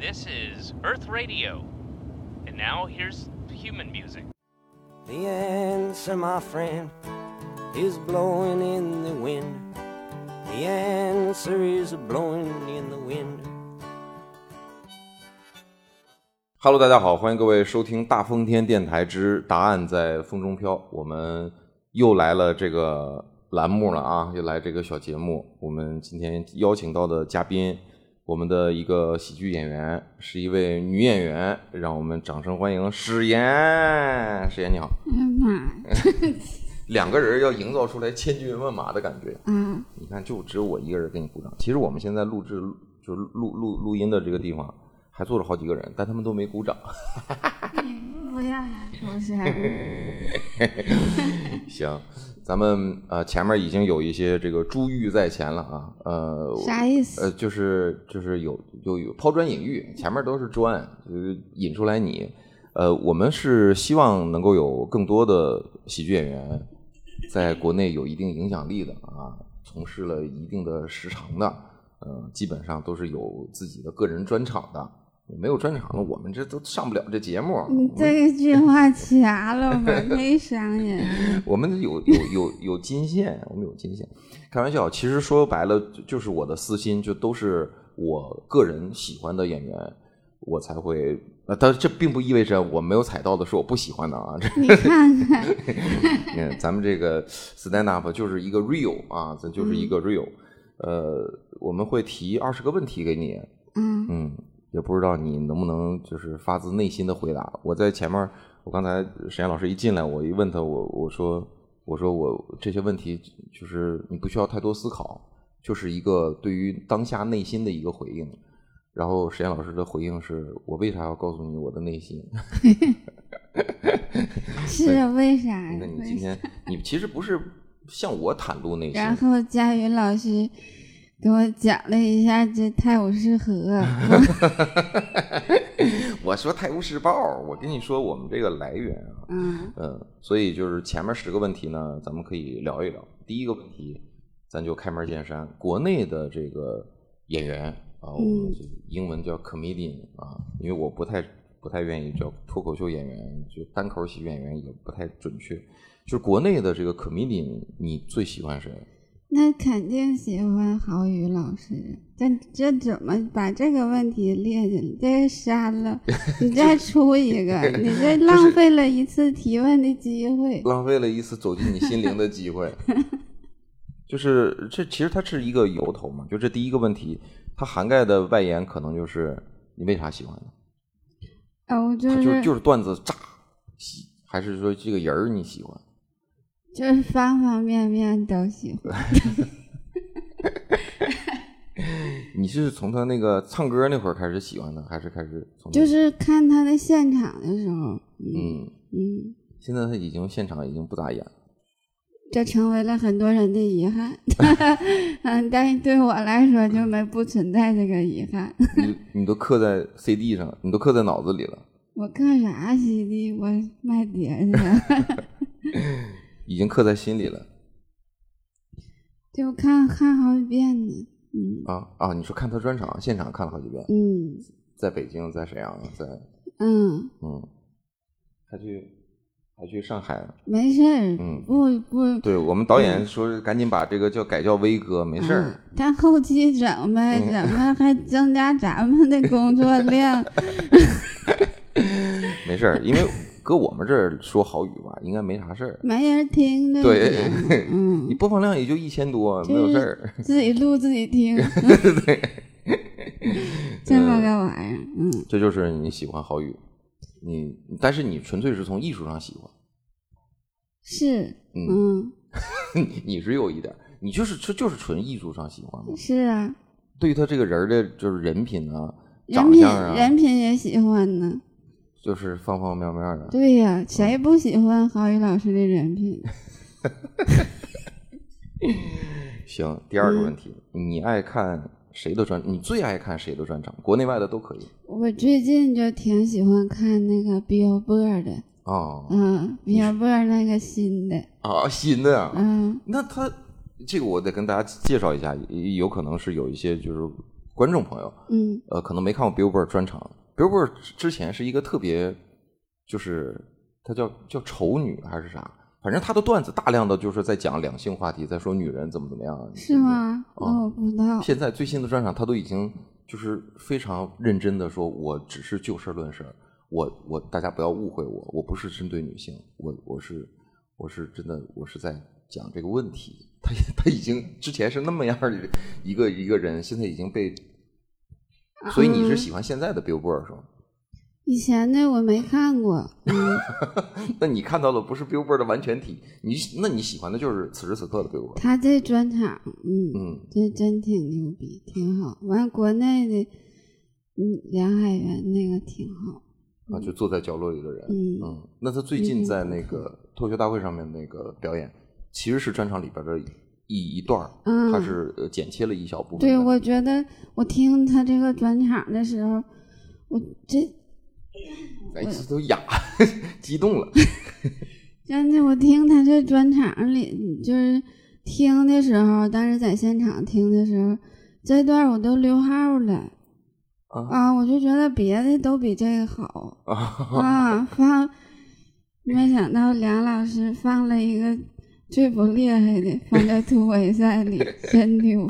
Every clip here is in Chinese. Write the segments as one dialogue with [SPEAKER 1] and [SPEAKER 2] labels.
[SPEAKER 1] This is Earth Radio. And now here's human music.
[SPEAKER 2] The answer, my friend, is blowing in the wind. The answer is blowing in the wind.
[SPEAKER 3] Hello，大家好，欢迎各位收听大风天电台之《答案在风中飘》，我们又来了这个栏目了啊，又来这个小节目。我们今天邀请到的嘉宾，我们的一个喜剧演员，是一位女演员，让我们掌声欢迎史岩。史岩你好，两个人要营造出来千军万马的感觉，
[SPEAKER 4] 嗯，
[SPEAKER 3] 你看，就只有我一个人给你鼓掌。其实我们现在录制就是录录录音的这个地方，还坐着好几个人，但他们都没鼓掌。
[SPEAKER 4] 不要啦，同学。
[SPEAKER 3] 行，咱们呃前面已经有一些这个珠玉在前了啊，呃，
[SPEAKER 4] 啥意思
[SPEAKER 3] 呃，就是就是有有有抛砖引玉，前面都是砖，就是引出来你。呃，我们是希望能够有更多的喜剧演员在国内有一定影响力的啊，从事了一定的时长的，呃，基本上都是有自己的个人专场的。没有专场的，我们这都上不了这节目。
[SPEAKER 4] 你这句话掐了 吧，没商量。
[SPEAKER 3] 我们有有有有金线，我们有金线。开玩笑，其实说白了就就是我的私心，就都是我个人喜欢的演员，我才会。呃，但这并不意味着我没有踩到的是我不喜欢的啊。 这
[SPEAKER 4] 你看看，
[SPEAKER 3] 嗯，咱们这个 stand up 就是一个 real 啊，咱就是一个 real。呃，我们会提二十个问题给你，
[SPEAKER 4] 嗯，
[SPEAKER 3] 嗯，也不知道你能不能就是发自内心的回答。我在前面儿，我刚才沈岩老师一进来，我一问他，我我说我说我这些问题就是你不需要太多思考，就是一个对于当下内心的一个回应。然后沈岩老师的回应是：我为啥要告诉你我的内心？
[SPEAKER 4] 哎是为啥？
[SPEAKER 3] 那你今
[SPEAKER 4] 为啥
[SPEAKER 3] 天你其实不是向我袒露内心，
[SPEAKER 4] 然后佳宇老师给我讲了一下这泰晤士 河，我
[SPEAKER 3] 我说《泰晤士报》，我跟你说我们这个来源啊，
[SPEAKER 4] 嗯，
[SPEAKER 3] 嗯，所以就是前面十个问题呢，咱们可以聊一聊。第一个问题，咱就开门见山，国内的这个演员啊，我们就英文叫 comedian 啊，因为我不太不太愿意叫脱口秀演员，就单口喜剧演员也不太准确。就是国内的这个 comedian，你最喜欢谁？
[SPEAKER 4] 那肯定喜欢郝宇老师。这这怎么把这个问题列进来？这个删 了，你再出一个，你这浪费了一次提问的机会。
[SPEAKER 3] 浪费了一次走进你心灵的机会。就是这其实它是一个由头嘛，就这第一个问题，它涵盖的外延可能就是你为啥喜欢他，
[SPEAKER 4] 啊，我就
[SPEAKER 3] 它就是就是段子炸喜，还是说这个人儿你喜欢？
[SPEAKER 4] 就是方方面面都喜欢。
[SPEAKER 3] 嗯你是从他那个唱歌那会儿开始喜欢的，还是开始从那
[SPEAKER 4] 就是看他的现场的时候，嗯
[SPEAKER 3] 嗯，
[SPEAKER 4] 嗯，
[SPEAKER 3] 现在他已经现场已经不咋演了，
[SPEAKER 4] 这成为了很多人的遗憾。 嗯，但是对我来说就没不存在这个遗憾。
[SPEAKER 3] 你你都刻在 CD 上，你都刻在脑子里了，
[SPEAKER 4] 我看啥 CD，我卖碟去了，
[SPEAKER 3] 已经刻在心里了
[SPEAKER 4] 就看看好几遍呢。嗯
[SPEAKER 3] 啊啊！你说看他专场，现场看了好几遍，
[SPEAKER 4] 嗯
[SPEAKER 3] 在北京，在沈阳，在
[SPEAKER 4] 嗯，
[SPEAKER 3] 嗯，还去还去上海了。
[SPEAKER 4] 没事儿，
[SPEAKER 3] 嗯
[SPEAKER 4] 不不，
[SPEAKER 3] 对我们导演说，是赶紧把这个叫改叫威哥，没事儿
[SPEAKER 4] 嗯。但后期整呗，
[SPEAKER 3] 嗯
[SPEAKER 4] 整呗，还增加咱们的工作量。
[SPEAKER 3] 没事儿，因为 搁我们这儿说好语吧，应该没啥事儿。
[SPEAKER 4] 没人听对不
[SPEAKER 3] 对
[SPEAKER 4] 对？
[SPEAKER 3] 你
[SPEAKER 4] 嗯，
[SPEAKER 3] 播放量也就一千多，没
[SPEAKER 4] 就是
[SPEAKER 3] 有事儿。
[SPEAKER 4] 自己录自己听， 这么个玩意儿，嗯，
[SPEAKER 3] 这就是你喜欢好语，你但是你纯粹是从艺术上喜欢，
[SPEAKER 4] 是，
[SPEAKER 3] 嗯，
[SPEAKER 4] 嗯，
[SPEAKER 3] 你是有一点儿，你就是就就是纯艺术上喜欢吗？
[SPEAKER 4] 是啊，
[SPEAKER 3] 对于他这个人儿的就是人品啊、
[SPEAKER 4] 人
[SPEAKER 3] 长
[SPEAKER 4] 品
[SPEAKER 3] 相啊
[SPEAKER 4] 人，品也喜欢呢，
[SPEAKER 3] 就是方方面面儿啊。
[SPEAKER 4] 对呀，谁不喜欢郝宇老师的 人品？
[SPEAKER 3] 行，第
[SPEAKER 4] 嗯
[SPEAKER 3] 二个问题，你爱看谁的专？你最爱看谁的专场？国内外的都可以。
[SPEAKER 4] 我最近就挺喜欢看那个 Billboard 的，
[SPEAKER 3] 哦
[SPEAKER 4] 嗯，Billboard 那个新的，
[SPEAKER 3] 啊，新的啊，
[SPEAKER 4] 嗯，
[SPEAKER 3] 那他这个我得跟大家介绍一下，也有可能是有一些就是观众朋友，
[SPEAKER 4] 嗯
[SPEAKER 3] 呃，可能没看过 Billboard 专场。Billboard 之前是一个特别，就是她叫叫丑女还是啥，反正她的段子大量的就是在讲两性话题，在说女人怎么怎么样。
[SPEAKER 4] 是？吗？
[SPEAKER 3] 哦
[SPEAKER 4] 哦，我不知道。
[SPEAKER 3] 现在最新的专场，她都已经就是非常认真的说，我只是就事论事儿，我我大家不要误会我，我不是针对女性，我我是我是真的我是在讲这个问题。她她已经之前是那么样儿的一个一个人，现在已经被所以你是
[SPEAKER 4] 嗯
[SPEAKER 3] 喜欢现在的 Billboard 是吗？
[SPEAKER 4] 以前的我没看过，嗯，
[SPEAKER 3] 那你看到的不是 Billboard 的完全体，你那你喜欢的就是此时此刻的 Billboard。
[SPEAKER 4] 他这专场，嗯，
[SPEAKER 3] 嗯，
[SPEAKER 4] 这真挺牛逼，挺好。完，国内的，嗯，梁海源那个挺好，
[SPEAKER 3] 啊，就坐在角落里的人。
[SPEAKER 4] 嗯
[SPEAKER 3] 嗯，那他最近在那个脱口秀大会上面那个表演，其实是专场里边的一一段儿，
[SPEAKER 4] 嗯
[SPEAKER 3] 他是呃剪切了一小部分的。
[SPEAKER 4] 对，我觉得我听他这个专场的时候，我这
[SPEAKER 3] 哎，这都哑， 激动 了。
[SPEAKER 4] 真的我听他这专场里，就是听的时候，当时在现场听的时候，这段我都溜号了
[SPEAKER 3] 啊
[SPEAKER 4] 啊！我就觉得别的都比这个好
[SPEAKER 3] 啊！
[SPEAKER 4] 啊，放没想到梁老师放了一个最不厉害的，放在突围 赛里，真牛！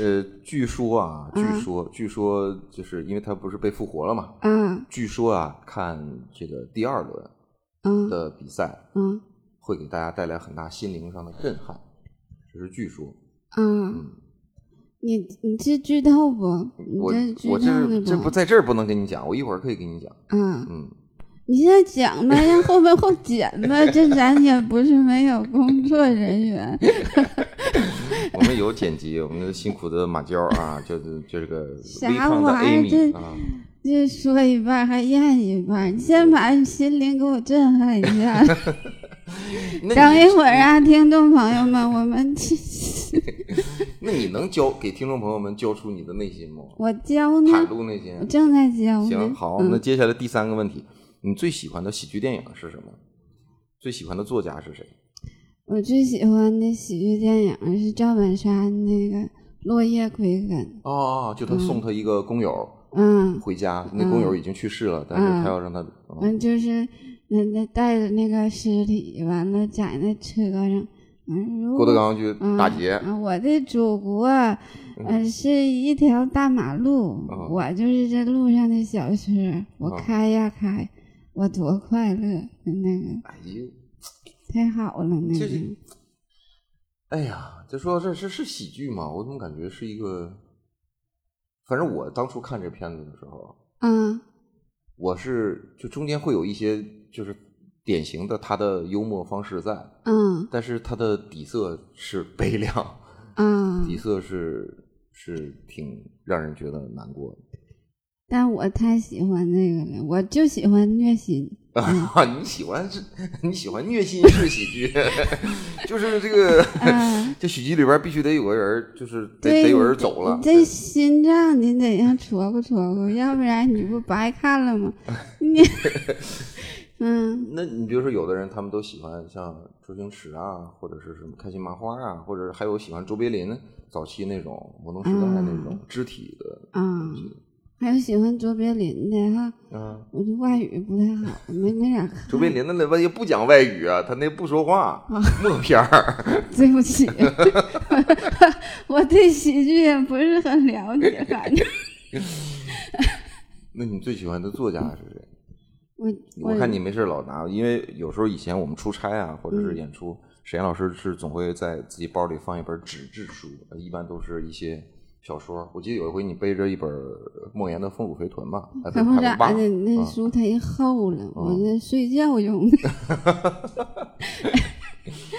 [SPEAKER 3] 呃，据说啊，据
[SPEAKER 4] 嗯
[SPEAKER 3] 说，据说就是因为他不是被复活了嘛。
[SPEAKER 4] 啊
[SPEAKER 3] 据说啊，看这个第二轮
[SPEAKER 4] 啊
[SPEAKER 3] 的比赛，
[SPEAKER 4] 啊
[SPEAKER 3] 会给大家带来很大心灵上的震撼，这是据说。
[SPEAKER 4] 啊！
[SPEAKER 3] 嗯，
[SPEAKER 4] 你你这剧透不？
[SPEAKER 3] 我
[SPEAKER 4] 你剧
[SPEAKER 3] 我
[SPEAKER 4] 透的
[SPEAKER 3] 这这不在这儿不能跟你讲，我一会儿可以跟你讲。
[SPEAKER 4] 啊？
[SPEAKER 3] 嗯，
[SPEAKER 4] 你现在讲呗，让后面后剪呗，这咱也不是没有工作人员。
[SPEAKER 3] 我们有剪辑，我们辛苦的马娇啊，就是就是个
[SPEAKER 4] 啥
[SPEAKER 3] 微胖的
[SPEAKER 4] 玩意儿这
[SPEAKER 3] Amy 啊，
[SPEAKER 4] 这说一半还咽一半，你先把你心灵给我震撼一下。
[SPEAKER 3] 那
[SPEAKER 4] 等
[SPEAKER 3] 你
[SPEAKER 4] 一会儿啊，听众朋友们，我们去，
[SPEAKER 3] 那你能教给听众朋友们交出你的内心吗？
[SPEAKER 4] 我嗯教
[SPEAKER 3] 袒
[SPEAKER 4] 呢，
[SPEAKER 3] 露内心
[SPEAKER 4] 我。正在教呢。
[SPEAKER 3] 行，好，那接下来第三个问题，你最喜欢的喜剧电影是什么？最喜欢的作家是谁？
[SPEAKER 4] 我最喜欢的喜剧电影是赵本山那个《落叶归根》。
[SPEAKER 3] 哦，就他送他一个工友
[SPEAKER 4] 嗯，
[SPEAKER 3] 回家，那工友已经去世了，但是他要让他嗯
[SPEAKER 4] 完就是那那带着那个尸体，完了在那车上，完了
[SPEAKER 3] 郭德纲去打劫，
[SPEAKER 4] 啊，我的祖国，呃，是一条大马路，
[SPEAKER 3] 嗯
[SPEAKER 4] 我就是这路上的小车，我
[SPEAKER 3] 嗯
[SPEAKER 4] 开呀开，我多快乐，那个
[SPEAKER 3] 哎呦，
[SPEAKER 4] 太好了，那
[SPEAKER 3] 这
[SPEAKER 4] 个
[SPEAKER 3] 是哎呀，这说到这儿是是喜剧吗？我怎么感觉是一个，反正我当初看这片子的时候，
[SPEAKER 4] 啊
[SPEAKER 3] 我是就中间会有一些就是典型的他的幽默方式在，
[SPEAKER 4] 啊
[SPEAKER 3] 但是他的底色是悲凉，
[SPEAKER 4] 啊！
[SPEAKER 3] 底色是是挺让人觉得难过的。
[SPEAKER 4] 但我太喜欢那个了，我就喜欢虐心，
[SPEAKER 3] 啊，你喜欢是，你喜欢虐心式喜剧， 就是这个，
[SPEAKER 4] 啊
[SPEAKER 3] 这喜剧里边必须得有个人儿，就是得
[SPEAKER 4] 对
[SPEAKER 3] 得有
[SPEAKER 4] 你
[SPEAKER 3] 人
[SPEAKER 4] 这
[SPEAKER 3] 走了
[SPEAKER 4] 你。这心脏你得让戳咕戳咕，要不然你不白看 了吗？你，嗯
[SPEAKER 3] 那你比如说，有的人他们都喜欢像周星驰啊，或者是什么开心麻花啊，或者还有喜欢周别林早期那种摩登时代那种肢体的
[SPEAKER 4] 啊，还有喜欢卓别林的哈，
[SPEAKER 3] 啊。
[SPEAKER 4] 我这外语不太好，没没咋看，
[SPEAKER 3] 周别林的那玩意不讲外语啊，他那不说话，默片儿。
[SPEAKER 4] 对 不起， 我对喜剧也不是很了解，反正
[SPEAKER 3] 那你最喜欢的作家是谁？
[SPEAKER 4] 我
[SPEAKER 3] 我看你没事老拿，因为有时候以前我们出差啊，或者是演出，沈岩老师是总会在自己包里放一本纸质书，呃一般都是一些小说。我记得有一回你背着一本莫言的《丰乳肥臀》吧，还
[SPEAKER 4] 可不
[SPEAKER 3] 还
[SPEAKER 4] 咋
[SPEAKER 3] 爸
[SPEAKER 4] 的，那
[SPEAKER 3] 啊
[SPEAKER 4] 书忒厚了，我
[SPEAKER 3] 嗯
[SPEAKER 4] 那睡觉用的，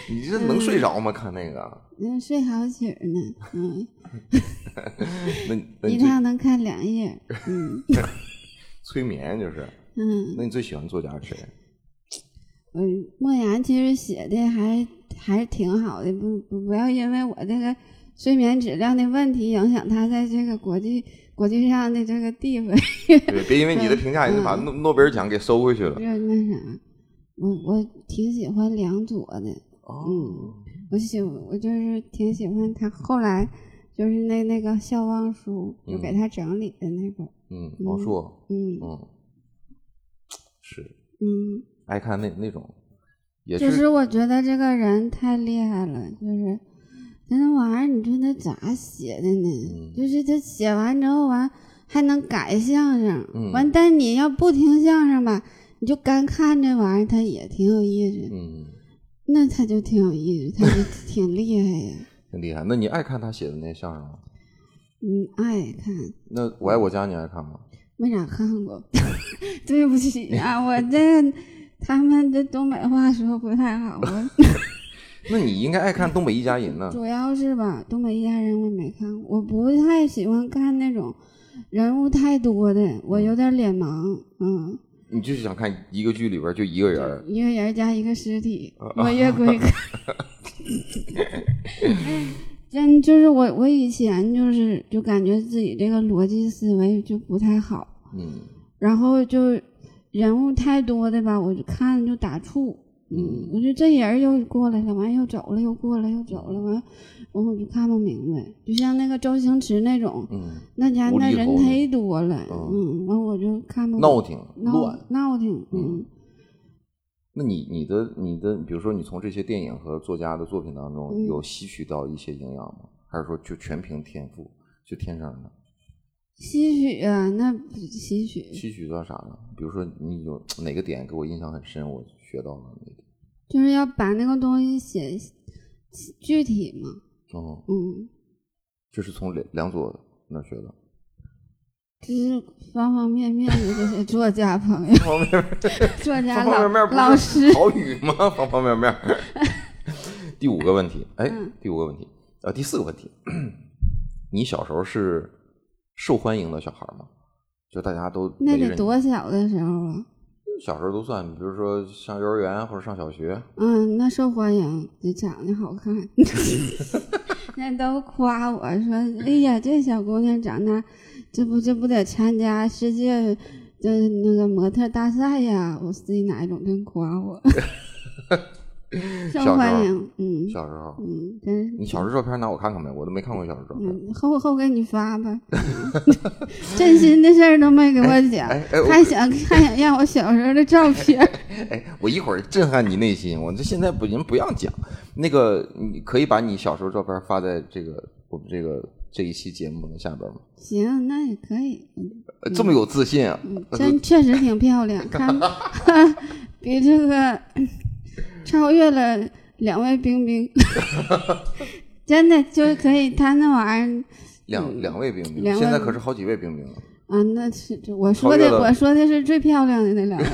[SPEAKER 3] 你这能睡着吗？看那个，
[SPEAKER 4] 能睡好起儿呢，嗯，
[SPEAKER 3] 那 那
[SPEAKER 4] 一
[SPEAKER 3] 你最
[SPEAKER 4] 趟能看两页，嗯
[SPEAKER 3] 催眠就是。
[SPEAKER 4] 嗯。
[SPEAKER 3] 那你最喜欢作家是谁？
[SPEAKER 4] 嗯，莫言其实写的还还是挺好的，不不不要因为我这个睡眠质量的问题影响他在这个国际国际上的这个地位，
[SPEAKER 3] 对，别因为你的评价已经
[SPEAKER 4] 嗯
[SPEAKER 3] 把诺诺贝尔奖给收回去了
[SPEAKER 4] 就。是那啥，我我挺喜欢梁左的，
[SPEAKER 3] 哦
[SPEAKER 4] 嗯，我喜我就是挺喜欢他后来就是那那个笑忘书，就给他整理的那个，
[SPEAKER 3] 嗯，王朔，
[SPEAKER 4] 嗯
[SPEAKER 3] 嗯，是
[SPEAKER 4] 嗯，
[SPEAKER 3] 爱看那那种，也
[SPEAKER 4] 就是是我觉得这个人太厉害了，就是那那玩意儿，你说他咋写的呢？
[SPEAKER 3] 嗯
[SPEAKER 4] 就是他写完之后完还能改相声，
[SPEAKER 3] 嗯
[SPEAKER 4] 完但你要不听相声吧，你就干看这玩意儿，他也挺有意思，
[SPEAKER 3] 嗯，
[SPEAKER 4] 那他就挺有意思，他 就挺厉害呀。
[SPEAKER 3] 挺厉害。那你爱看他写的那相声吗？
[SPEAKER 4] 嗯，爱看，
[SPEAKER 3] 那《我爱我家》你爱看吗？
[SPEAKER 4] 没咋看过， 对不起啊，我这他们这东北话说不太好，我
[SPEAKER 3] 那你应该爱看《东北一家人》呢。
[SPEAKER 4] 主要是吧，东北一家人我没看过，我不太喜欢看那种人物太多的，我有点脸盲，嗯，
[SPEAKER 3] 你就是想看一个剧里边就一个人儿，
[SPEAKER 4] 一个人加一个尸体，我越归看。真就是我，我以前就是就感觉自己这个逻辑思维就不太好，
[SPEAKER 3] 嗯
[SPEAKER 4] 然后就人物太多的吧，我就看着就打怵。嗯，我觉得这人又过来了，完又走了，又过来又走了，完，完我就看不明白。就像那个周星驰那种，
[SPEAKER 3] 嗯，
[SPEAKER 4] 那家
[SPEAKER 3] 无
[SPEAKER 4] 那
[SPEAKER 3] 厘
[SPEAKER 4] 人
[SPEAKER 3] 头
[SPEAKER 4] 忒多了，
[SPEAKER 3] 嗯
[SPEAKER 4] 嗯，完我就看不
[SPEAKER 3] 闹挺
[SPEAKER 4] 闹
[SPEAKER 3] 乱。
[SPEAKER 4] 闹挺，嗯
[SPEAKER 3] 那你你的你的，比如说你从这些电影和作家的作品当中
[SPEAKER 4] 嗯
[SPEAKER 3] 有吸取到一些营养吗？还是说就全凭天赋，就天生的？
[SPEAKER 4] 吸取啊，那不是吸取
[SPEAKER 3] 吸取到啥呢？比如说你有哪个点给我印象很深，我学到了那个。
[SPEAKER 4] 就是要把那个东西写具体嘛，
[SPEAKER 3] 哦，
[SPEAKER 4] 嗯，
[SPEAKER 3] 这是从梁梁左那儿学的。
[SPEAKER 4] 就是方方面面的这些作家朋友、
[SPEAKER 3] 方面
[SPEAKER 4] 作家
[SPEAKER 3] 方方面面
[SPEAKER 4] 老
[SPEAKER 3] 不是
[SPEAKER 4] 老 师，
[SPEAKER 3] 好语吗？方方面 面。第五个问题，哎，
[SPEAKER 4] 嗯
[SPEAKER 3] 第五个问题，呃，第四个问题，你小时候是受欢迎的小孩吗？就大家都
[SPEAKER 4] 那
[SPEAKER 3] 围着
[SPEAKER 4] 得
[SPEAKER 3] 你
[SPEAKER 4] 多小的时候啊！
[SPEAKER 3] 小时候都算，比如说上幼儿园或者上小学，
[SPEAKER 4] 嗯，那受欢迎，得长得好看， 那都夸我说：“哎呀，这小姑娘长大，这不这不得参加世界的那个模特大赛呀？”我自己哪一种真夸 我，受
[SPEAKER 3] 小时候
[SPEAKER 4] 欢迎，嗯
[SPEAKER 3] 小时候。
[SPEAKER 4] 嗯，真是
[SPEAKER 3] 你小时候照片拿我看看没？我都没看过小时候照片。
[SPEAKER 4] 嗯，后后给你 发吧，真心的事儿都没给我讲，
[SPEAKER 3] 哎哎我
[SPEAKER 4] 还想还想让我小时候的照片儿，
[SPEAKER 3] 哎，我一会儿震撼你内心，我这现在不您不让讲。那个，你可以把你小时候照片发在这个我们这个这一期节目的下边吗？
[SPEAKER 4] 行，那也可以，
[SPEAKER 3] 呃这么有自信啊！
[SPEAKER 4] 嗯，真确实挺漂亮， 看比这个超越了两位 冰冰，真的就是可以，他那玩意
[SPEAKER 3] 两两位冰冰，
[SPEAKER 4] 两位
[SPEAKER 3] 现在可是好几位冰冰了。
[SPEAKER 4] 儿啊，那是这我说
[SPEAKER 3] 超越
[SPEAKER 4] 的，
[SPEAKER 3] 了
[SPEAKER 4] 我说的是最漂亮的那 两位，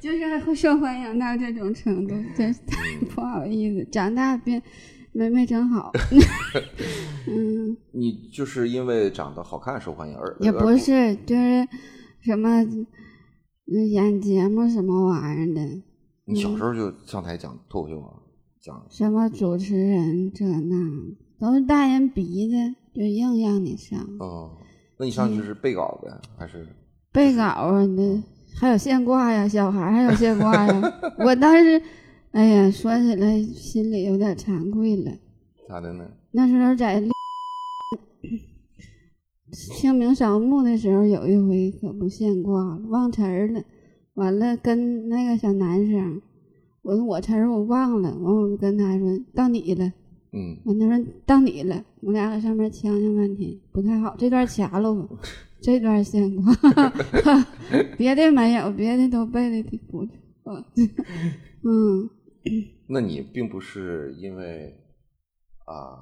[SPEAKER 4] 就是会受欢迎到这种程度，真是太
[SPEAKER 3] 嗯
[SPEAKER 4] 不好意思，长大别没没整好， 嗯。
[SPEAKER 3] 你就是因为长得好看受欢迎，而
[SPEAKER 4] 也
[SPEAKER 3] 而
[SPEAKER 4] 不是，就是什么那演节目什么玩意儿的，
[SPEAKER 3] 你
[SPEAKER 4] 嗯
[SPEAKER 3] 小时候就上台讲脱口秀啊，讲
[SPEAKER 4] 什么主持人这那，都是大人逼的，就硬让你上
[SPEAKER 3] 哦，那你上
[SPEAKER 4] 嗯
[SPEAKER 3] 去是背稿呗，还是
[SPEAKER 4] 背稿啊，那还有现挂呀，小孩儿还有现挂呀。我当时，哎呀，说起来心里有点惭愧了。
[SPEAKER 3] 咋的呢？
[SPEAKER 4] 那时候在清明扫墓的时候，有一回可不现挂了，忘词儿了。完了，跟那个小男生，我说我词儿我忘了，完我就跟他说到你了，
[SPEAKER 3] 嗯，
[SPEAKER 4] 完他说到你了，我俩搁上面呛呛半天，不太好，这段掐了吧，这段现挂， 别的没有，别的都背的挺不错，嗯。
[SPEAKER 3] 那你并不是因为啊、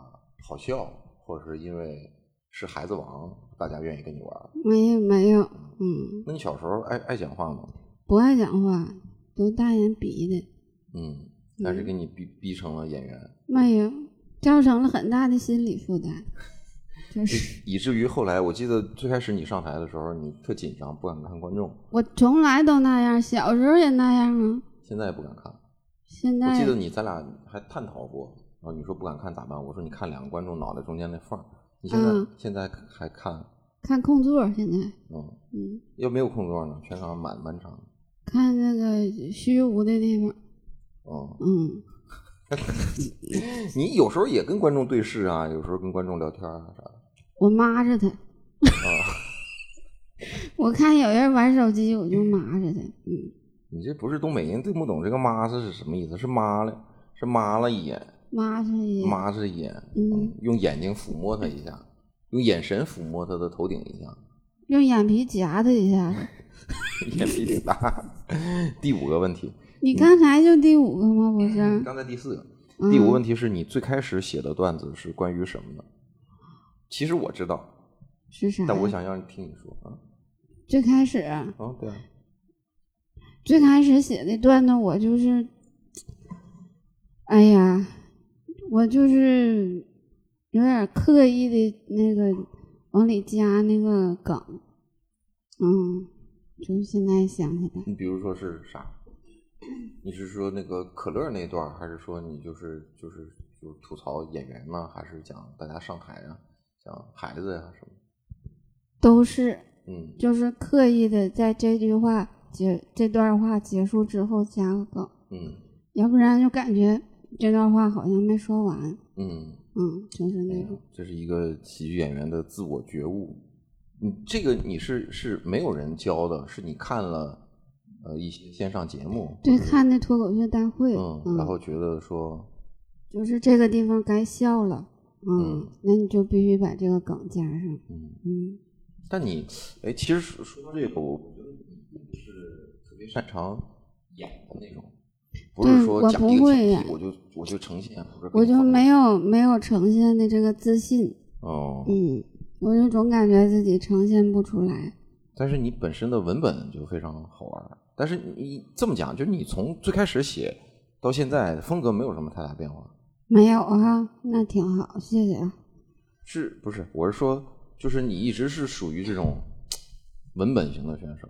[SPEAKER 3] 好笑，或者是因为是孩子王，大家愿意跟你玩儿。
[SPEAKER 4] 没有没有，嗯，
[SPEAKER 3] 那你小时候爱爱讲话吗？
[SPEAKER 4] 不爱讲话，都大人逼的。
[SPEAKER 3] 嗯，还是给你逼逼成了演员，
[SPEAKER 4] 没有，造成了很大的心理负担，就是
[SPEAKER 3] 以至于后来，我记得最开始你上台的时候，你特紧张，不敢看观众，
[SPEAKER 4] 我从来都那样，小时候也那样啊。
[SPEAKER 3] 现在也不敢看。
[SPEAKER 4] 现
[SPEAKER 3] 我记
[SPEAKER 4] 在
[SPEAKER 3] 得你咱俩还探讨过，然后你说不敢看咋办？我说你看两个观众脑袋中间那缝儿，你现在、
[SPEAKER 4] 嗯
[SPEAKER 3] 现在还看，
[SPEAKER 4] 看空座，现在
[SPEAKER 3] 嗯，
[SPEAKER 4] 嗯，
[SPEAKER 3] 要没有空座呢，全场满满场，
[SPEAKER 4] 看那个虚无的地方，
[SPEAKER 3] 嗯，
[SPEAKER 4] 嗯，
[SPEAKER 3] 你有时候也跟观众对视啊，有时候跟观众聊天啊啥的。
[SPEAKER 4] 我麻着他。
[SPEAKER 3] 啊
[SPEAKER 4] 我看有人玩手机，我就麻着他。嗯，
[SPEAKER 3] 你这不是东北人，听不懂这个“妈”是什么意思？是麻了，是麻了一眼，
[SPEAKER 4] 麻着也。
[SPEAKER 3] 麻是一眼，啊
[SPEAKER 4] 嗯，
[SPEAKER 3] 用眼睛抚摸他一下，用眼神抚摸他的头顶一下。
[SPEAKER 4] 用眼皮夹他一下。
[SPEAKER 3] 眼皮挺大。第五个问题，
[SPEAKER 4] 你刚才就第五个吗？不是？
[SPEAKER 3] 刚才第四个，
[SPEAKER 4] 嗯
[SPEAKER 3] 第五个问题是你最开始写的段子是关于什么的？其实我知道，
[SPEAKER 4] 是啥呀？
[SPEAKER 3] 但我想让你听你说啊。
[SPEAKER 4] 最开始啊、
[SPEAKER 3] 哦，对啊，
[SPEAKER 4] 最开始写那段呢，我就是，哎呀，我就是有点刻意的那个往里加那个梗，嗯，就现在想起来，
[SPEAKER 3] 你比如说是啥？你是说那个可乐那段儿，还是说你就是就是就是吐槽演员呢，还是讲大家上台啊，讲孩子呀、什么？
[SPEAKER 4] 都是
[SPEAKER 3] 嗯，
[SPEAKER 4] 就是刻意的在这句话结这段话结束之后加个梗，
[SPEAKER 3] 嗯
[SPEAKER 4] 要不然就感觉这段话好像没说完，
[SPEAKER 3] 嗯，
[SPEAKER 4] 嗯，就是
[SPEAKER 3] 哎
[SPEAKER 4] 那
[SPEAKER 3] 呀
[SPEAKER 4] 种，
[SPEAKER 3] 这是一个喜剧演员的自我觉悟。你这个你是是没有人教的，是你看了呃一些线上节目，
[SPEAKER 4] 对，
[SPEAKER 3] 或者
[SPEAKER 4] 看那脱口秀大会，
[SPEAKER 3] 嗯，然后觉得说
[SPEAKER 4] 就是这个地方该笑了，嗯，
[SPEAKER 3] 嗯
[SPEAKER 4] 那你就必须把这个梗加上，
[SPEAKER 3] 嗯，
[SPEAKER 4] 嗯，
[SPEAKER 3] 但你哎，其实说说到这个，我觉得你并不是特别擅长演的那种，不
[SPEAKER 4] 对
[SPEAKER 3] 是说
[SPEAKER 4] 嗯我
[SPEAKER 3] 讲
[SPEAKER 4] 不
[SPEAKER 3] 一
[SPEAKER 4] 会
[SPEAKER 3] 个情
[SPEAKER 4] 演
[SPEAKER 3] 绪我就我就呈现，或者
[SPEAKER 4] 我就没
[SPEAKER 3] 有
[SPEAKER 4] 有没有呈现的这个自信，
[SPEAKER 3] 哦，
[SPEAKER 4] 嗯，我就总感觉自己呈现不出来，
[SPEAKER 3] 但是你本身的文本就非常好玩儿。但是你这么讲，就是你从最开始写到现在，风格没有什么太大变化，
[SPEAKER 4] 没有啊，那挺好，谢谢啊，
[SPEAKER 3] 是不是？我是说，就是你一直是属于这种文本型的选手，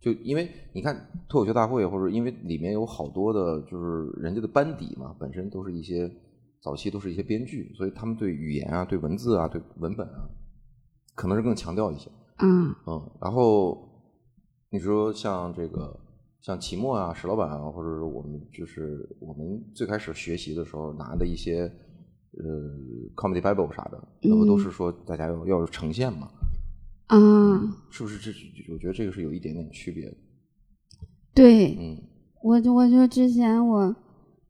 [SPEAKER 3] 就因为你看脱口秀大会，或者因为里面有好多的，就是人家的班底嘛，本身都是一些早期都是一些编剧，所以他们对语言啊、对文字啊、对文本啊，可能是更强调一些。
[SPEAKER 4] 啊，
[SPEAKER 3] 嗯，然后你说像这个，像齐墨啊、石老板啊，或者是我们就是我们最开始学习的时候拿的一些呃 comedy bible 啥的，那不都是说大家要要有呈现嘛？嗯
[SPEAKER 4] 啊，
[SPEAKER 3] 是不是这？这我觉得这个是有一点点区别的。
[SPEAKER 4] 对，
[SPEAKER 3] 嗯
[SPEAKER 4] 我就我就之前我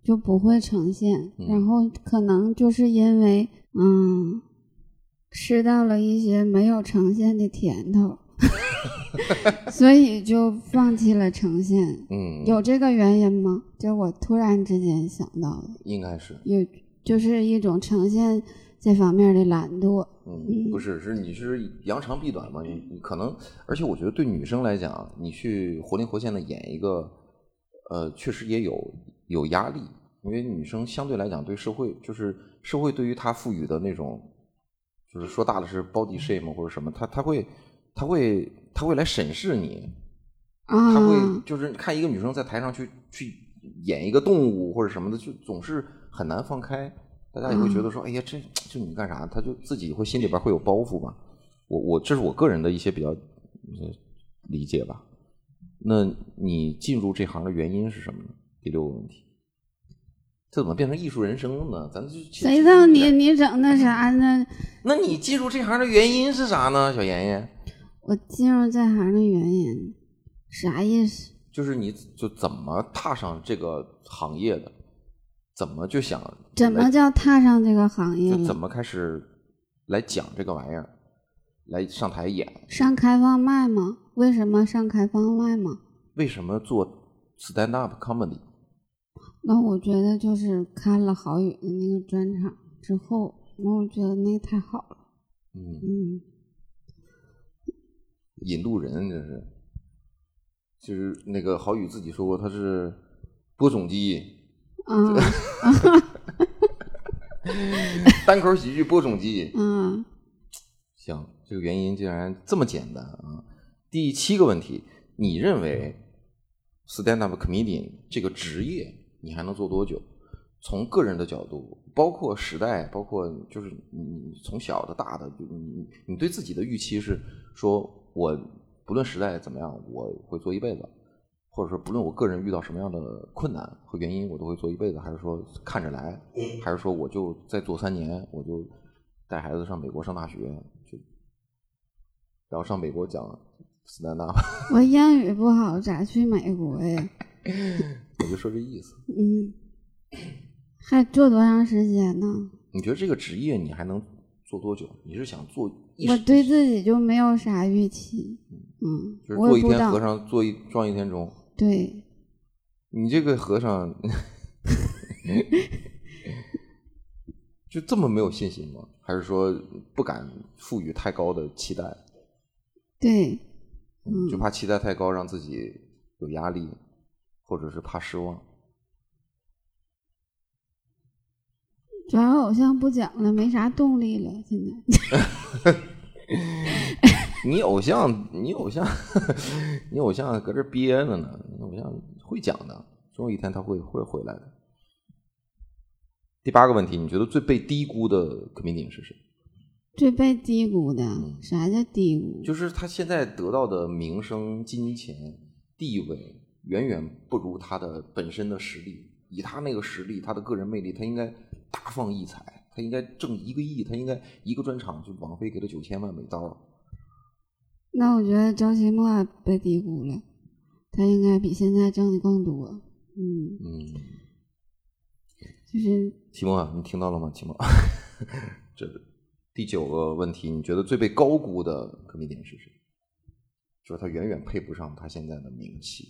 [SPEAKER 4] 就不会呈现，
[SPEAKER 3] 嗯
[SPEAKER 4] 然后可能就是因为嗯吃到了一些没有呈现的甜头， 所以就放弃了呈现。
[SPEAKER 3] 嗯，
[SPEAKER 4] 有这个原因吗？这我突然之间想到的，
[SPEAKER 3] 应该是
[SPEAKER 4] 有就是一种呈现这方面的懒惰。
[SPEAKER 3] 嗯，不是，是你是扬长避短嘛？你你可能，而且我觉得对女生来讲，你去活灵活现的演一个，呃，确实也有有压力，因为女生相对来讲对社会，就是社会对于她赋予的那种，就是说大了是 body shame 或者什么，她她会她会她会来审视你，
[SPEAKER 4] 啊，
[SPEAKER 3] 她会就是看一个女生在台上去去演一个动物或者什么的，就总是很难放开。大家也会觉得说，哎呀，这这你干啥？她就自己会心里边会有包袱吧。我我这是我个人的一些比较呃理解吧。那你进入这行的原因是什么呢？第六个问题，这怎么变成艺术人生了呢？咱就
[SPEAKER 4] 谁知道你？你整那啥呢？
[SPEAKER 3] 那你进入这行的原因是啥呢？小妍妍，
[SPEAKER 4] 我进入这行的原因啥意思？
[SPEAKER 3] 就是你就怎么踏上这个行业的？怎么就想
[SPEAKER 4] 怎么叫踏上这个行业
[SPEAKER 3] 就
[SPEAKER 4] 了？
[SPEAKER 3] 怎么开始来讲这个玩意儿，来上台演？
[SPEAKER 4] 上开放麦吗？为什么上开放麦吗？
[SPEAKER 3] 为什么做 stand up comedy？
[SPEAKER 4] 那我觉得就是看了郝宇的那个专场之后，我觉得那太好了。
[SPEAKER 3] 嗯，
[SPEAKER 4] 嗯，
[SPEAKER 3] 引路人这是，就是那个郝宇自己说过，他是播种机，
[SPEAKER 4] 啊
[SPEAKER 3] 单口喜剧播种机。
[SPEAKER 4] 啊，
[SPEAKER 3] 行，这个原因竟然这么简单啊！第七个问题，你认为 stand up comedian 这个职业你还能做多久？从个人的角度，包括时代，包括就是你你从小的大的，就你你你对自己的预期是说，我不论时代怎么样，我会做一辈子。或者说不论我个人遇到什么样的困难和原因，我都会做一辈子，还是说看着来，还是说我就再做三年，我就带孩子上美国上大学，就然后上美国讲斯坦纳吧，
[SPEAKER 4] 我英语不好，咋去美国呀？
[SPEAKER 3] 我就说这意思。
[SPEAKER 4] 嗯，还做多长时间呢？
[SPEAKER 3] 你觉得这个职业你还能做多久？你是想做一
[SPEAKER 4] 我
[SPEAKER 3] 时
[SPEAKER 4] 对自己就没有啥预期。嗯
[SPEAKER 3] 就，是
[SPEAKER 4] 我
[SPEAKER 3] 做
[SPEAKER 4] 也
[SPEAKER 3] 一
[SPEAKER 4] 不知
[SPEAKER 3] 天
[SPEAKER 4] 道
[SPEAKER 3] 和。尚做一撞一天钟？
[SPEAKER 4] 对，
[SPEAKER 3] 你这个和 尚就这么没有信心吗？还是说不敢赋予太高的期待，
[SPEAKER 4] 对，嗯
[SPEAKER 3] 就怕期待太高让自己有压力，或者是怕失望？
[SPEAKER 4] 主要偶像不讲了，没啥动力了。现在
[SPEAKER 3] 你偶像，你偶像， 你偶像搁这憋着呢，你偶像会讲的，总有一天他会会回来的。第八个问题，你觉得最被低估的 comedian 是谁？
[SPEAKER 4] 最被低估的，啥叫低估？
[SPEAKER 3] 嗯就是他现在得到的名声、金钱、地位，远远不如他的本身的实力。以他那个实力，他的个人魅力，他应该大放异彩，他应该挣一个亿，他应该一个专场就王菲给他九千万美刀。
[SPEAKER 4] 那我觉得周奇墨被低估了，他应该比现在挣的更多。嗯，
[SPEAKER 3] 嗯，
[SPEAKER 4] 就是
[SPEAKER 3] 提莫，啊你听到了吗？提莫， 这第九个问题，你觉得最被高估的科比点是谁？就是他远远配不上他现在的名气，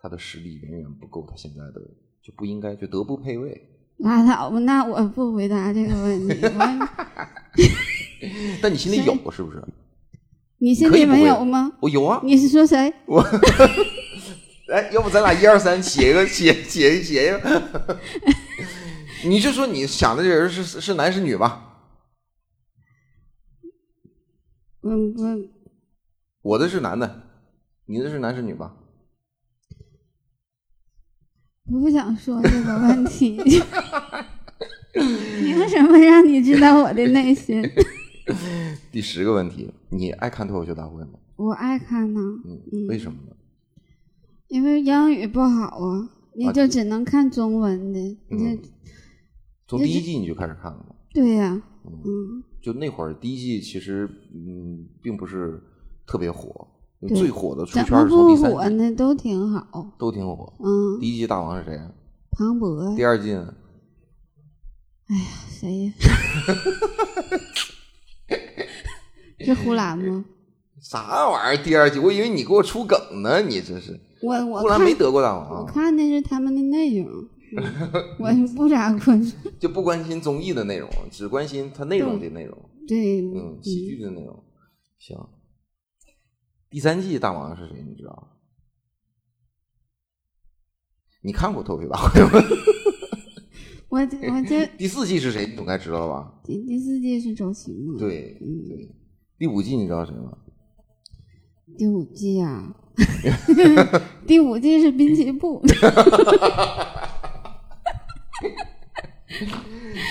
[SPEAKER 3] 他的实力远远不够他现在的，就不应该就德不配位。
[SPEAKER 4] 拉倒吧。那我不回答这个问题。 我
[SPEAKER 3] 但你心里有是不是？
[SPEAKER 4] 你心
[SPEAKER 3] 可以
[SPEAKER 4] 里
[SPEAKER 3] 不
[SPEAKER 4] 没
[SPEAKER 3] 回
[SPEAKER 4] 有吗？
[SPEAKER 3] 我有啊。
[SPEAKER 4] 你是说谁？
[SPEAKER 3] 哎，要不咱俩一二三写一个写写一写一个。 你就说你想的这人是是男是女吧？
[SPEAKER 4] 嗯，不，
[SPEAKER 3] 我的是男的，你的是男是女吧？
[SPEAKER 4] 我不想说这个问 题。凭什么让你知道我的 内心？
[SPEAKER 3] 第十个问题，你爱看脱口秀大会吗？
[SPEAKER 4] 我爱看呢，
[SPEAKER 3] 嗯，为什么呢？
[SPEAKER 4] 因为英语不好啊，你就只能看中文的。
[SPEAKER 3] 嗯
[SPEAKER 4] 你这、
[SPEAKER 3] 从第一季你就开始看了吗？
[SPEAKER 4] 对呀、
[SPEAKER 3] 嗯
[SPEAKER 4] 嗯
[SPEAKER 3] 就那会儿第一季其实嗯并不是特别火，
[SPEAKER 4] 对
[SPEAKER 3] 最火的出
[SPEAKER 4] 怎
[SPEAKER 3] 圈
[SPEAKER 4] 么
[SPEAKER 3] 是从第
[SPEAKER 4] 不
[SPEAKER 3] 三
[SPEAKER 4] 火啊
[SPEAKER 3] 季，
[SPEAKER 4] 呢？都挺好。
[SPEAKER 3] 都挺火。
[SPEAKER 4] 嗯，
[SPEAKER 3] 第一季大王是谁啊？
[SPEAKER 4] 庞博
[SPEAKER 3] 第二季呢？
[SPEAKER 4] 谁呀？是呼兰吗？
[SPEAKER 3] 啥玩意儿？第二季我以为你给我出梗呢，你这是。
[SPEAKER 4] 我我
[SPEAKER 3] 呼兰
[SPEAKER 4] 看
[SPEAKER 3] 没得过大
[SPEAKER 4] 我
[SPEAKER 3] 王，啊
[SPEAKER 4] 看的是他们的内容，嗯我也不咋关注。
[SPEAKER 3] 就不关心综艺的内容，只关心它内容的内容，
[SPEAKER 4] 对，
[SPEAKER 3] 嗯，喜剧的内容。行，第三季大王是谁？你知道吗？你看过《脱 口秀大会》吗？
[SPEAKER 4] 我 我这
[SPEAKER 3] 第四季是谁？你总该知道了吧？
[SPEAKER 4] 第第四季是周奇墨，，
[SPEAKER 3] 对
[SPEAKER 4] 嗯
[SPEAKER 3] 对，第五季你知道谁吗？
[SPEAKER 4] 第五季 啊， 第五季是滨崎步，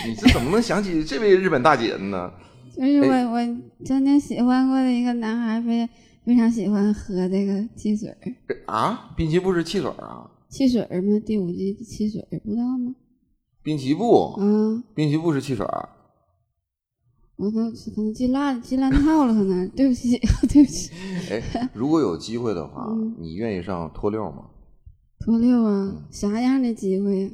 [SPEAKER 3] 你这怎么能想起这位日本大姐呢？
[SPEAKER 4] 就是
[SPEAKER 3] 哎
[SPEAKER 4] 我我曾经喜欢过的一个男孩，非非常喜欢喝这个汽水儿，
[SPEAKER 3] 啊，滨崎步是汽水儿啊，
[SPEAKER 4] 汽水儿吗？第五季汽水儿不知道吗？
[SPEAKER 3] 滨崎步，
[SPEAKER 4] 啊，
[SPEAKER 3] 滨崎步是汽水儿。啊
[SPEAKER 4] 我都可能记烂记烂套了，可能对不起，对不起，
[SPEAKER 3] 哎， 如果有机会的话，
[SPEAKER 4] 嗯
[SPEAKER 3] 你愿意上脱六吗？
[SPEAKER 4] 脱六啊，啥样的机会呀？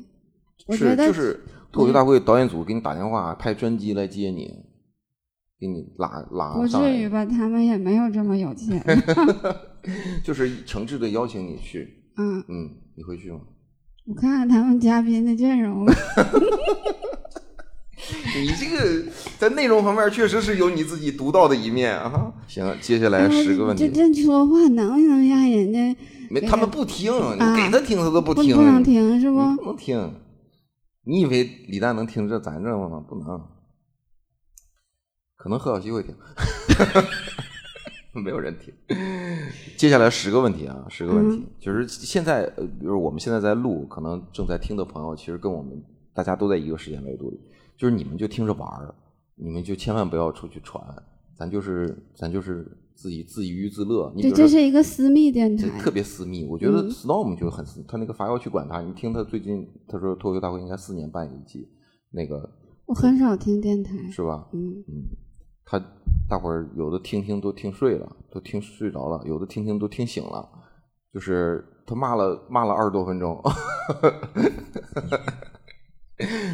[SPEAKER 4] 我觉
[SPEAKER 3] 是
[SPEAKER 4] 得嗯
[SPEAKER 3] 就是脱口秀大会导演组给你打电话，派专机来接你，给你拉
[SPEAKER 4] 不
[SPEAKER 3] 拉上
[SPEAKER 4] 至于
[SPEAKER 3] 来，
[SPEAKER 4] 吧，他们也没有这么有 钱
[SPEAKER 3] 就是诚挚的邀请你去。
[SPEAKER 4] 啊！
[SPEAKER 3] 嗯，你会去吗？
[SPEAKER 4] 我看看他们嘉宾的阵容，
[SPEAKER 3] 你这个在内容方面确实是有你自己独到的一面啊。行，接下来十个问
[SPEAKER 4] 嗯 这
[SPEAKER 3] 题，
[SPEAKER 4] 这说话能不能让人家
[SPEAKER 3] 没他们不听，你
[SPEAKER 4] 啊
[SPEAKER 3] 给他听他都不
[SPEAKER 4] 不
[SPEAKER 3] 听，
[SPEAKER 4] 不能听是不？
[SPEAKER 3] 你不能听。你以为李诞能听这咱这吗？不能，可能何小希会听， 没有人听。接下来十个问题啊，十个问
[SPEAKER 4] 嗯
[SPEAKER 3] 题，就是现在，呃，比如我们现在在录，可能正在听的朋友，其实跟我们大家都在一个时间维度里，就是你们就听着玩儿，你们就千万不要出去传，咱就是咱就是自己自娱自乐。你比
[SPEAKER 4] 对，
[SPEAKER 3] 如
[SPEAKER 4] 这
[SPEAKER 3] 说
[SPEAKER 4] 是一个私密电
[SPEAKER 3] 这
[SPEAKER 4] 台，
[SPEAKER 3] 特别私密。我觉得
[SPEAKER 4] 嗯
[SPEAKER 3] Storm 就很私，他那个伐要去管他。你听他最近他说脱口秀大会应该四年办一季，那个
[SPEAKER 4] 我很少听电台，
[SPEAKER 3] 是吧？
[SPEAKER 4] 嗯，
[SPEAKER 3] 嗯，他大伙儿有的听听都听睡了，都听睡着了；有的听听都听醒了。就是他骂了骂了二十多分钟，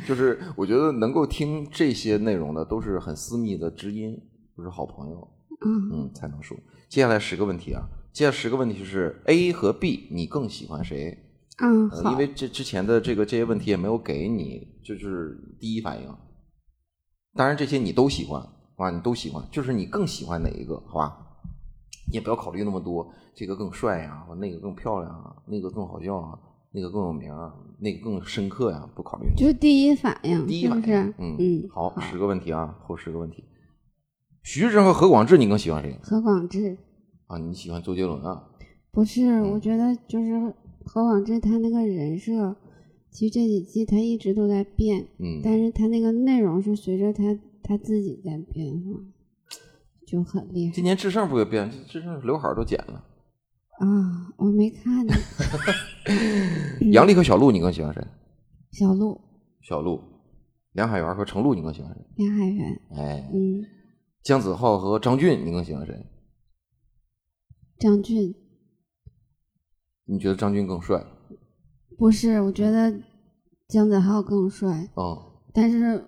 [SPEAKER 3] 就是我觉得能够听这些内容的都是很私密的知音，都是好朋友。
[SPEAKER 4] 嗯，
[SPEAKER 3] 嗯，才能输。接下来十个问题啊，接下来十个问题就是 A 和 B，你更喜欢谁？
[SPEAKER 4] 嗯，
[SPEAKER 3] 呃、因
[SPEAKER 4] 好，
[SPEAKER 3] 为这之前的这个这些问题也没有给你，就是第一反应。啊当然这些你都喜欢啊，你都喜欢，就是你更喜欢哪一个？好吧，你也不要考虑那么多，这个更帅呀、那个更漂亮啊，那个更好笑啊，那个更有名啊，那个更深刻呀、不考虑那些。
[SPEAKER 4] 就第一反应，
[SPEAKER 3] 第一
[SPEAKER 4] 是
[SPEAKER 3] 反
[SPEAKER 4] 不
[SPEAKER 3] 应
[SPEAKER 4] 是？，
[SPEAKER 3] 嗯
[SPEAKER 4] 嗯，
[SPEAKER 3] 好，十个问题啊，后十个问题。徐峥和何广智，你更喜欢谁？
[SPEAKER 4] 何广智
[SPEAKER 3] 啊，你喜欢周杰伦啊？
[SPEAKER 4] 不是，
[SPEAKER 3] 嗯
[SPEAKER 4] 我觉得就是何广智他那个人设，其实这几季他一直都在变，
[SPEAKER 3] 嗯，
[SPEAKER 4] 但是他那个内容是随着他他自己在变化，就很厉害
[SPEAKER 3] 今年智胜不也变？智胜刘海儿都剪了。
[SPEAKER 4] 啊！我没看 呢，嗯
[SPEAKER 3] 杨笠和小鹿，你更喜欢谁？
[SPEAKER 4] 小鹿
[SPEAKER 3] 小鹿。梁海源和程璐，你更喜欢谁？
[SPEAKER 4] 梁海源，
[SPEAKER 3] 哎，
[SPEAKER 4] 嗯，
[SPEAKER 3] 姜子浩和张俊，你更喜欢谁？
[SPEAKER 4] 张俊
[SPEAKER 3] 你觉得张俊更帅？
[SPEAKER 4] 不是，我觉得姜子浩更帅，
[SPEAKER 3] 嗯，
[SPEAKER 4] 但是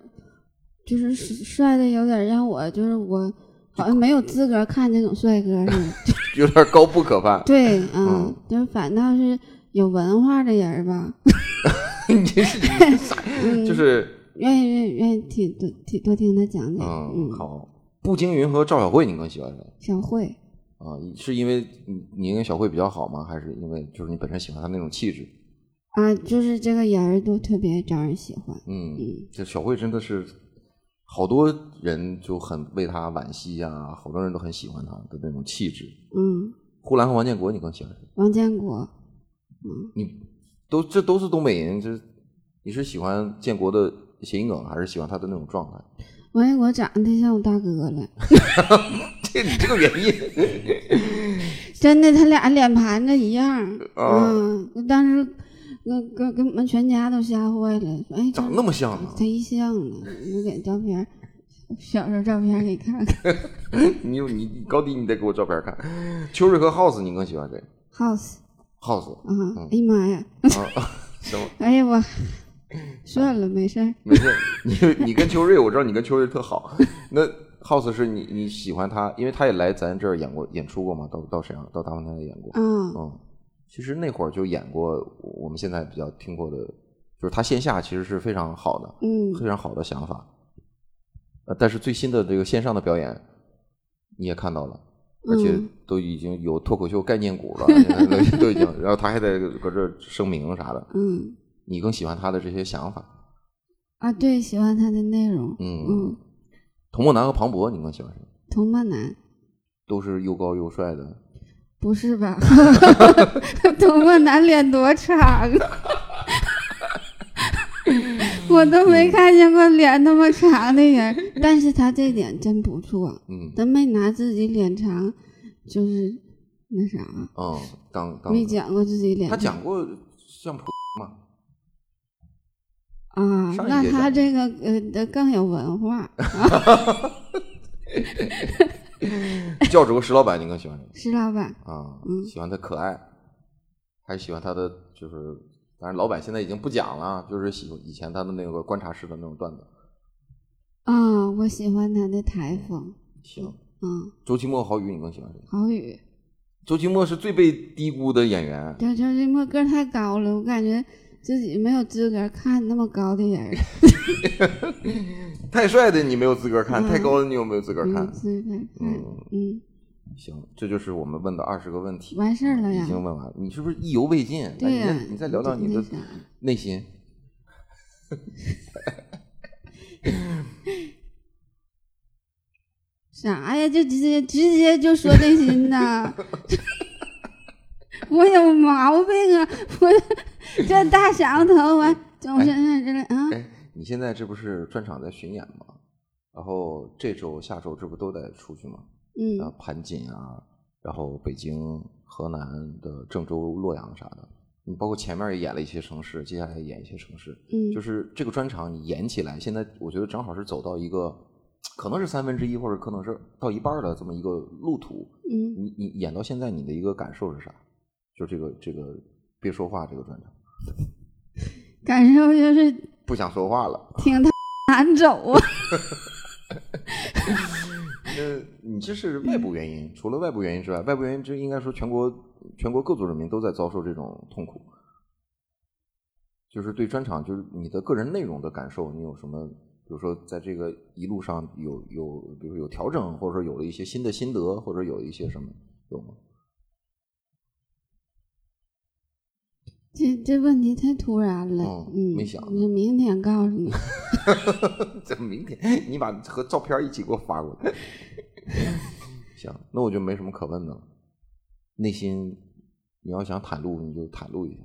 [SPEAKER 4] 就是帅的有点让我就是我好像没有资格看这种帅哥似的。
[SPEAKER 3] 有点高不可攀。
[SPEAKER 4] 对，嗯
[SPEAKER 3] 嗯，
[SPEAKER 4] 就是反倒是有文化的人儿吧，
[SPEAKER 3] 你这是你啥？
[SPEAKER 4] 嗯
[SPEAKER 3] 就是
[SPEAKER 4] 愿意愿意愿意挺多挺多听他讲讲。
[SPEAKER 3] 嗯，
[SPEAKER 4] 嗯，
[SPEAKER 3] 好。步惊云和赵小慧，你更喜欢谁？
[SPEAKER 4] 小慧，
[SPEAKER 3] 啊，是因为你你跟小慧比较好吗？还是因为就是你本身喜欢她那种气质？
[SPEAKER 4] 啊，就是这个人儿都特别招人喜欢。
[SPEAKER 3] 嗯，这小慧真的是好多人就很为她惋惜呀、好多人都很喜欢她的那种气质。
[SPEAKER 4] 嗯，
[SPEAKER 3] 呼兰和王建国，你更喜欢谁？
[SPEAKER 4] 王建国，
[SPEAKER 3] 你都这都是东北人，这你是喜欢建国的谐音梗，还是喜欢他的那种状态？
[SPEAKER 4] 王建国长得太像我大哥了，
[SPEAKER 3] 这你这个原因，
[SPEAKER 4] 真的，他俩脸盘子一样儿。
[SPEAKER 3] 啊
[SPEAKER 4] 嗯，我当时我给给我们全家都吓坏了，说哎，
[SPEAKER 3] 长
[SPEAKER 4] 他
[SPEAKER 3] 那么像啊呢
[SPEAKER 4] 他？一像呢，我给照片儿，小时候照片儿给看 看。
[SPEAKER 3] 你有你高低你得给我照片看。 秋瑞和 House，你更喜欢谁
[SPEAKER 4] House，
[SPEAKER 3] ？House
[SPEAKER 4] 啊，哎呀妈呀！
[SPEAKER 3] 嗯啊 行吗？
[SPEAKER 4] 哎呀，我算了，没事儿。
[SPEAKER 3] 没事，你 你跟秋瑞，我知道你跟秋瑞特好。那 House 是你你喜欢他，因为他也来咱这儿演过演出过嘛，到到沈阳到大风台演过。
[SPEAKER 4] 啊、
[SPEAKER 3] 嗯，其实那会儿就演过我们现在比较听过的，就是他线下其实是非常好的，
[SPEAKER 4] 嗯，
[SPEAKER 3] 非常好的想法。呃，但是最新的这个线上的表演你也看到了，而且
[SPEAKER 4] 嗯
[SPEAKER 3] 都已经有脱口秀概念股了，现在都都已经，然后他还在搁这儿声明啥的。
[SPEAKER 4] 嗯
[SPEAKER 3] 你更喜欢他的这些想法？
[SPEAKER 4] 啊，对，喜欢他的内容。
[SPEAKER 3] 嗯，
[SPEAKER 4] 嗯，
[SPEAKER 3] 童梦楠和庞博，你更喜欢谁？
[SPEAKER 4] 童梦楠
[SPEAKER 3] 都是又高又帅的，
[SPEAKER 4] 不 是吧？童梦楠脸多长啊！ 我都
[SPEAKER 3] 嗯
[SPEAKER 4] 没看见过脸那么长的人儿，但是他这点真不错，
[SPEAKER 3] 嗯
[SPEAKER 4] 他没拿自己脸长，就是那啥，
[SPEAKER 3] 嗯，当当
[SPEAKER 4] 没讲过自己脸
[SPEAKER 3] 他
[SPEAKER 4] 长。
[SPEAKER 3] 讲过像普嘛，
[SPEAKER 4] 啊，
[SPEAKER 3] 上一
[SPEAKER 4] 那
[SPEAKER 3] 届
[SPEAKER 4] 他
[SPEAKER 3] 讲
[SPEAKER 4] 这个呃更有文化，
[SPEAKER 3] 教主和石老板，你更喜欢谁？
[SPEAKER 4] 石老板。
[SPEAKER 3] 啊，
[SPEAKER 4] 嗯
[SPEAKER 3] 喜欢他可爱，还是喜欢他的就是，当然老板现在已经不讲了，就是喜以前他的那个观察式的那种段子。
[SPEAKER 4] 啊、我喜欢他的台风。
[SPEAKER 3] 行，
[SPEAKER 4] 嗯，
[SPEAKER 3] 周奇墨、郝宇，你更喜欢谁？
[SPEAKER 4] 郝宇，
[SPEAKER 3] 周奇墨是最被低估的演员，
[SPEAKER 4] 对，就是因为个儿太高了，我感觉自己没有资格看那么高的人儿，
[SPEAKER 3] 太帅的你没有资格看，
[SPEAKER 4] 嗯
[SPEAKER 3] 太高的你有没有资格
[SPEAKER 4] 没有
[SPEAKER 3] 看？
[SPEAKER 4] 资格看。
[SPEAKER 3] 嗯，
[SPEAKER 4] 嗯，
[SPEAKER 3] 行，这就是我们问的二十个问题，
[SPEAKER 4] 完事儿了
[SPEAKER 3] 已
[SPEAKER 4] 呀。
[SPEAKER 3] 经问完了，你是不是意犹未尽？来
[SPEAKER 4] 对呀、
[SPEAKER 3] 你再你再聊聊你
[SPEAKER 4] 那
[SPEAKER 3] 的
[SPEAKER 4] 啥
[SPEAKER 3] 内心。
[SPEAKER 4] 啥呀？就直接直接就说内心呐。 我有毛病啊！我这大
[SPEAKER 3] 哎
[SPEAKER 4] 嗓子头完，总是这来啊。
[SPEAKER 3] 哎，你现在这不是专场在巡演吗？然后这周、下周这不都得出去吗？啊
[SPEAKER 4] 嗯，，
[SPEAKER 3] 盘锦啊，然后北京、河南的郑州、洛阳啥的，你包括前面也演了一些城市，接下来演一些城市，
[SPEAKER 4] 嗯
[SPEAKER 3] 就是这个专场你演起来，现在我觉得正好是走到一个可能是三分之一，或者可能是到一半儿的这么一个路途。
[SPEAKER 4] 嗯，
[SPEAKER 3] 你你演到现在，你的一个感受是啥？就这个这个别说话这个专场，
[SPEAKER 4] 感受就是
[SPEAKER 3] 不想说话了。
[SPEAKER 4] 挺他妈 难走啊。
[SPEAKER 3] 那你这是外部原因，除了外部原因之外，外部原因这应该说全国全国各族人民都在遭受这种痛苦。就是对专场，就是你的个人内容的感受，你有什么？比如说，在这个一路上有有，比如说有调整，或者说有了一些新的心得，或者有一些什么，有吗？
[SPEAKER 4] 这这问题太突然了，
[SPEAKER 3] 嗯
[SPEAKER 4] 嗯，
[SPEAKER 3] 没想到
[SPEAKER 4] 那明天告诉你，
[SPEAKER 3] 这明天你把和照片一起给我发过来。行，那我就没什么可问的了。内心你要想袒露，你就袒露一下。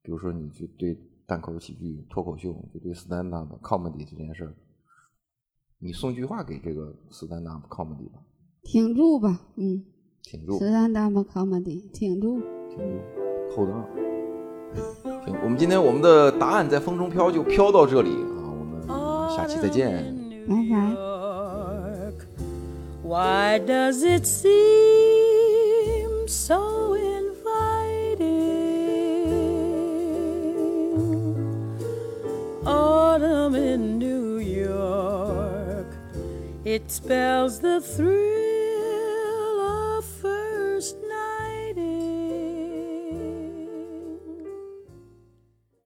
[SPEAKER 3] 比如说，你就对单口喜剧、脱口秀，就对 stand up comedy 这件事儿，你送句话给这个 stand up comedy 吧，
[SPEAKER 4] 挺住吧，嗯，
[SPEAKER 3] 挺住，
[SPEAKER 4] 十三大吧 comedy，挺住，
[SPEAKER 3] 挺住，hold on。行，我们今天我们的答案在风中飘，就飘到这里啊，我们
[SPEAKER 5] 哦 Oh,
[SPEAKER 3] 下期再见。
[SPEAKER 4] 拜拜。
[SPEAKER 5] York. Why does it seem so inviting? Autumn in New York, it spells the thrill.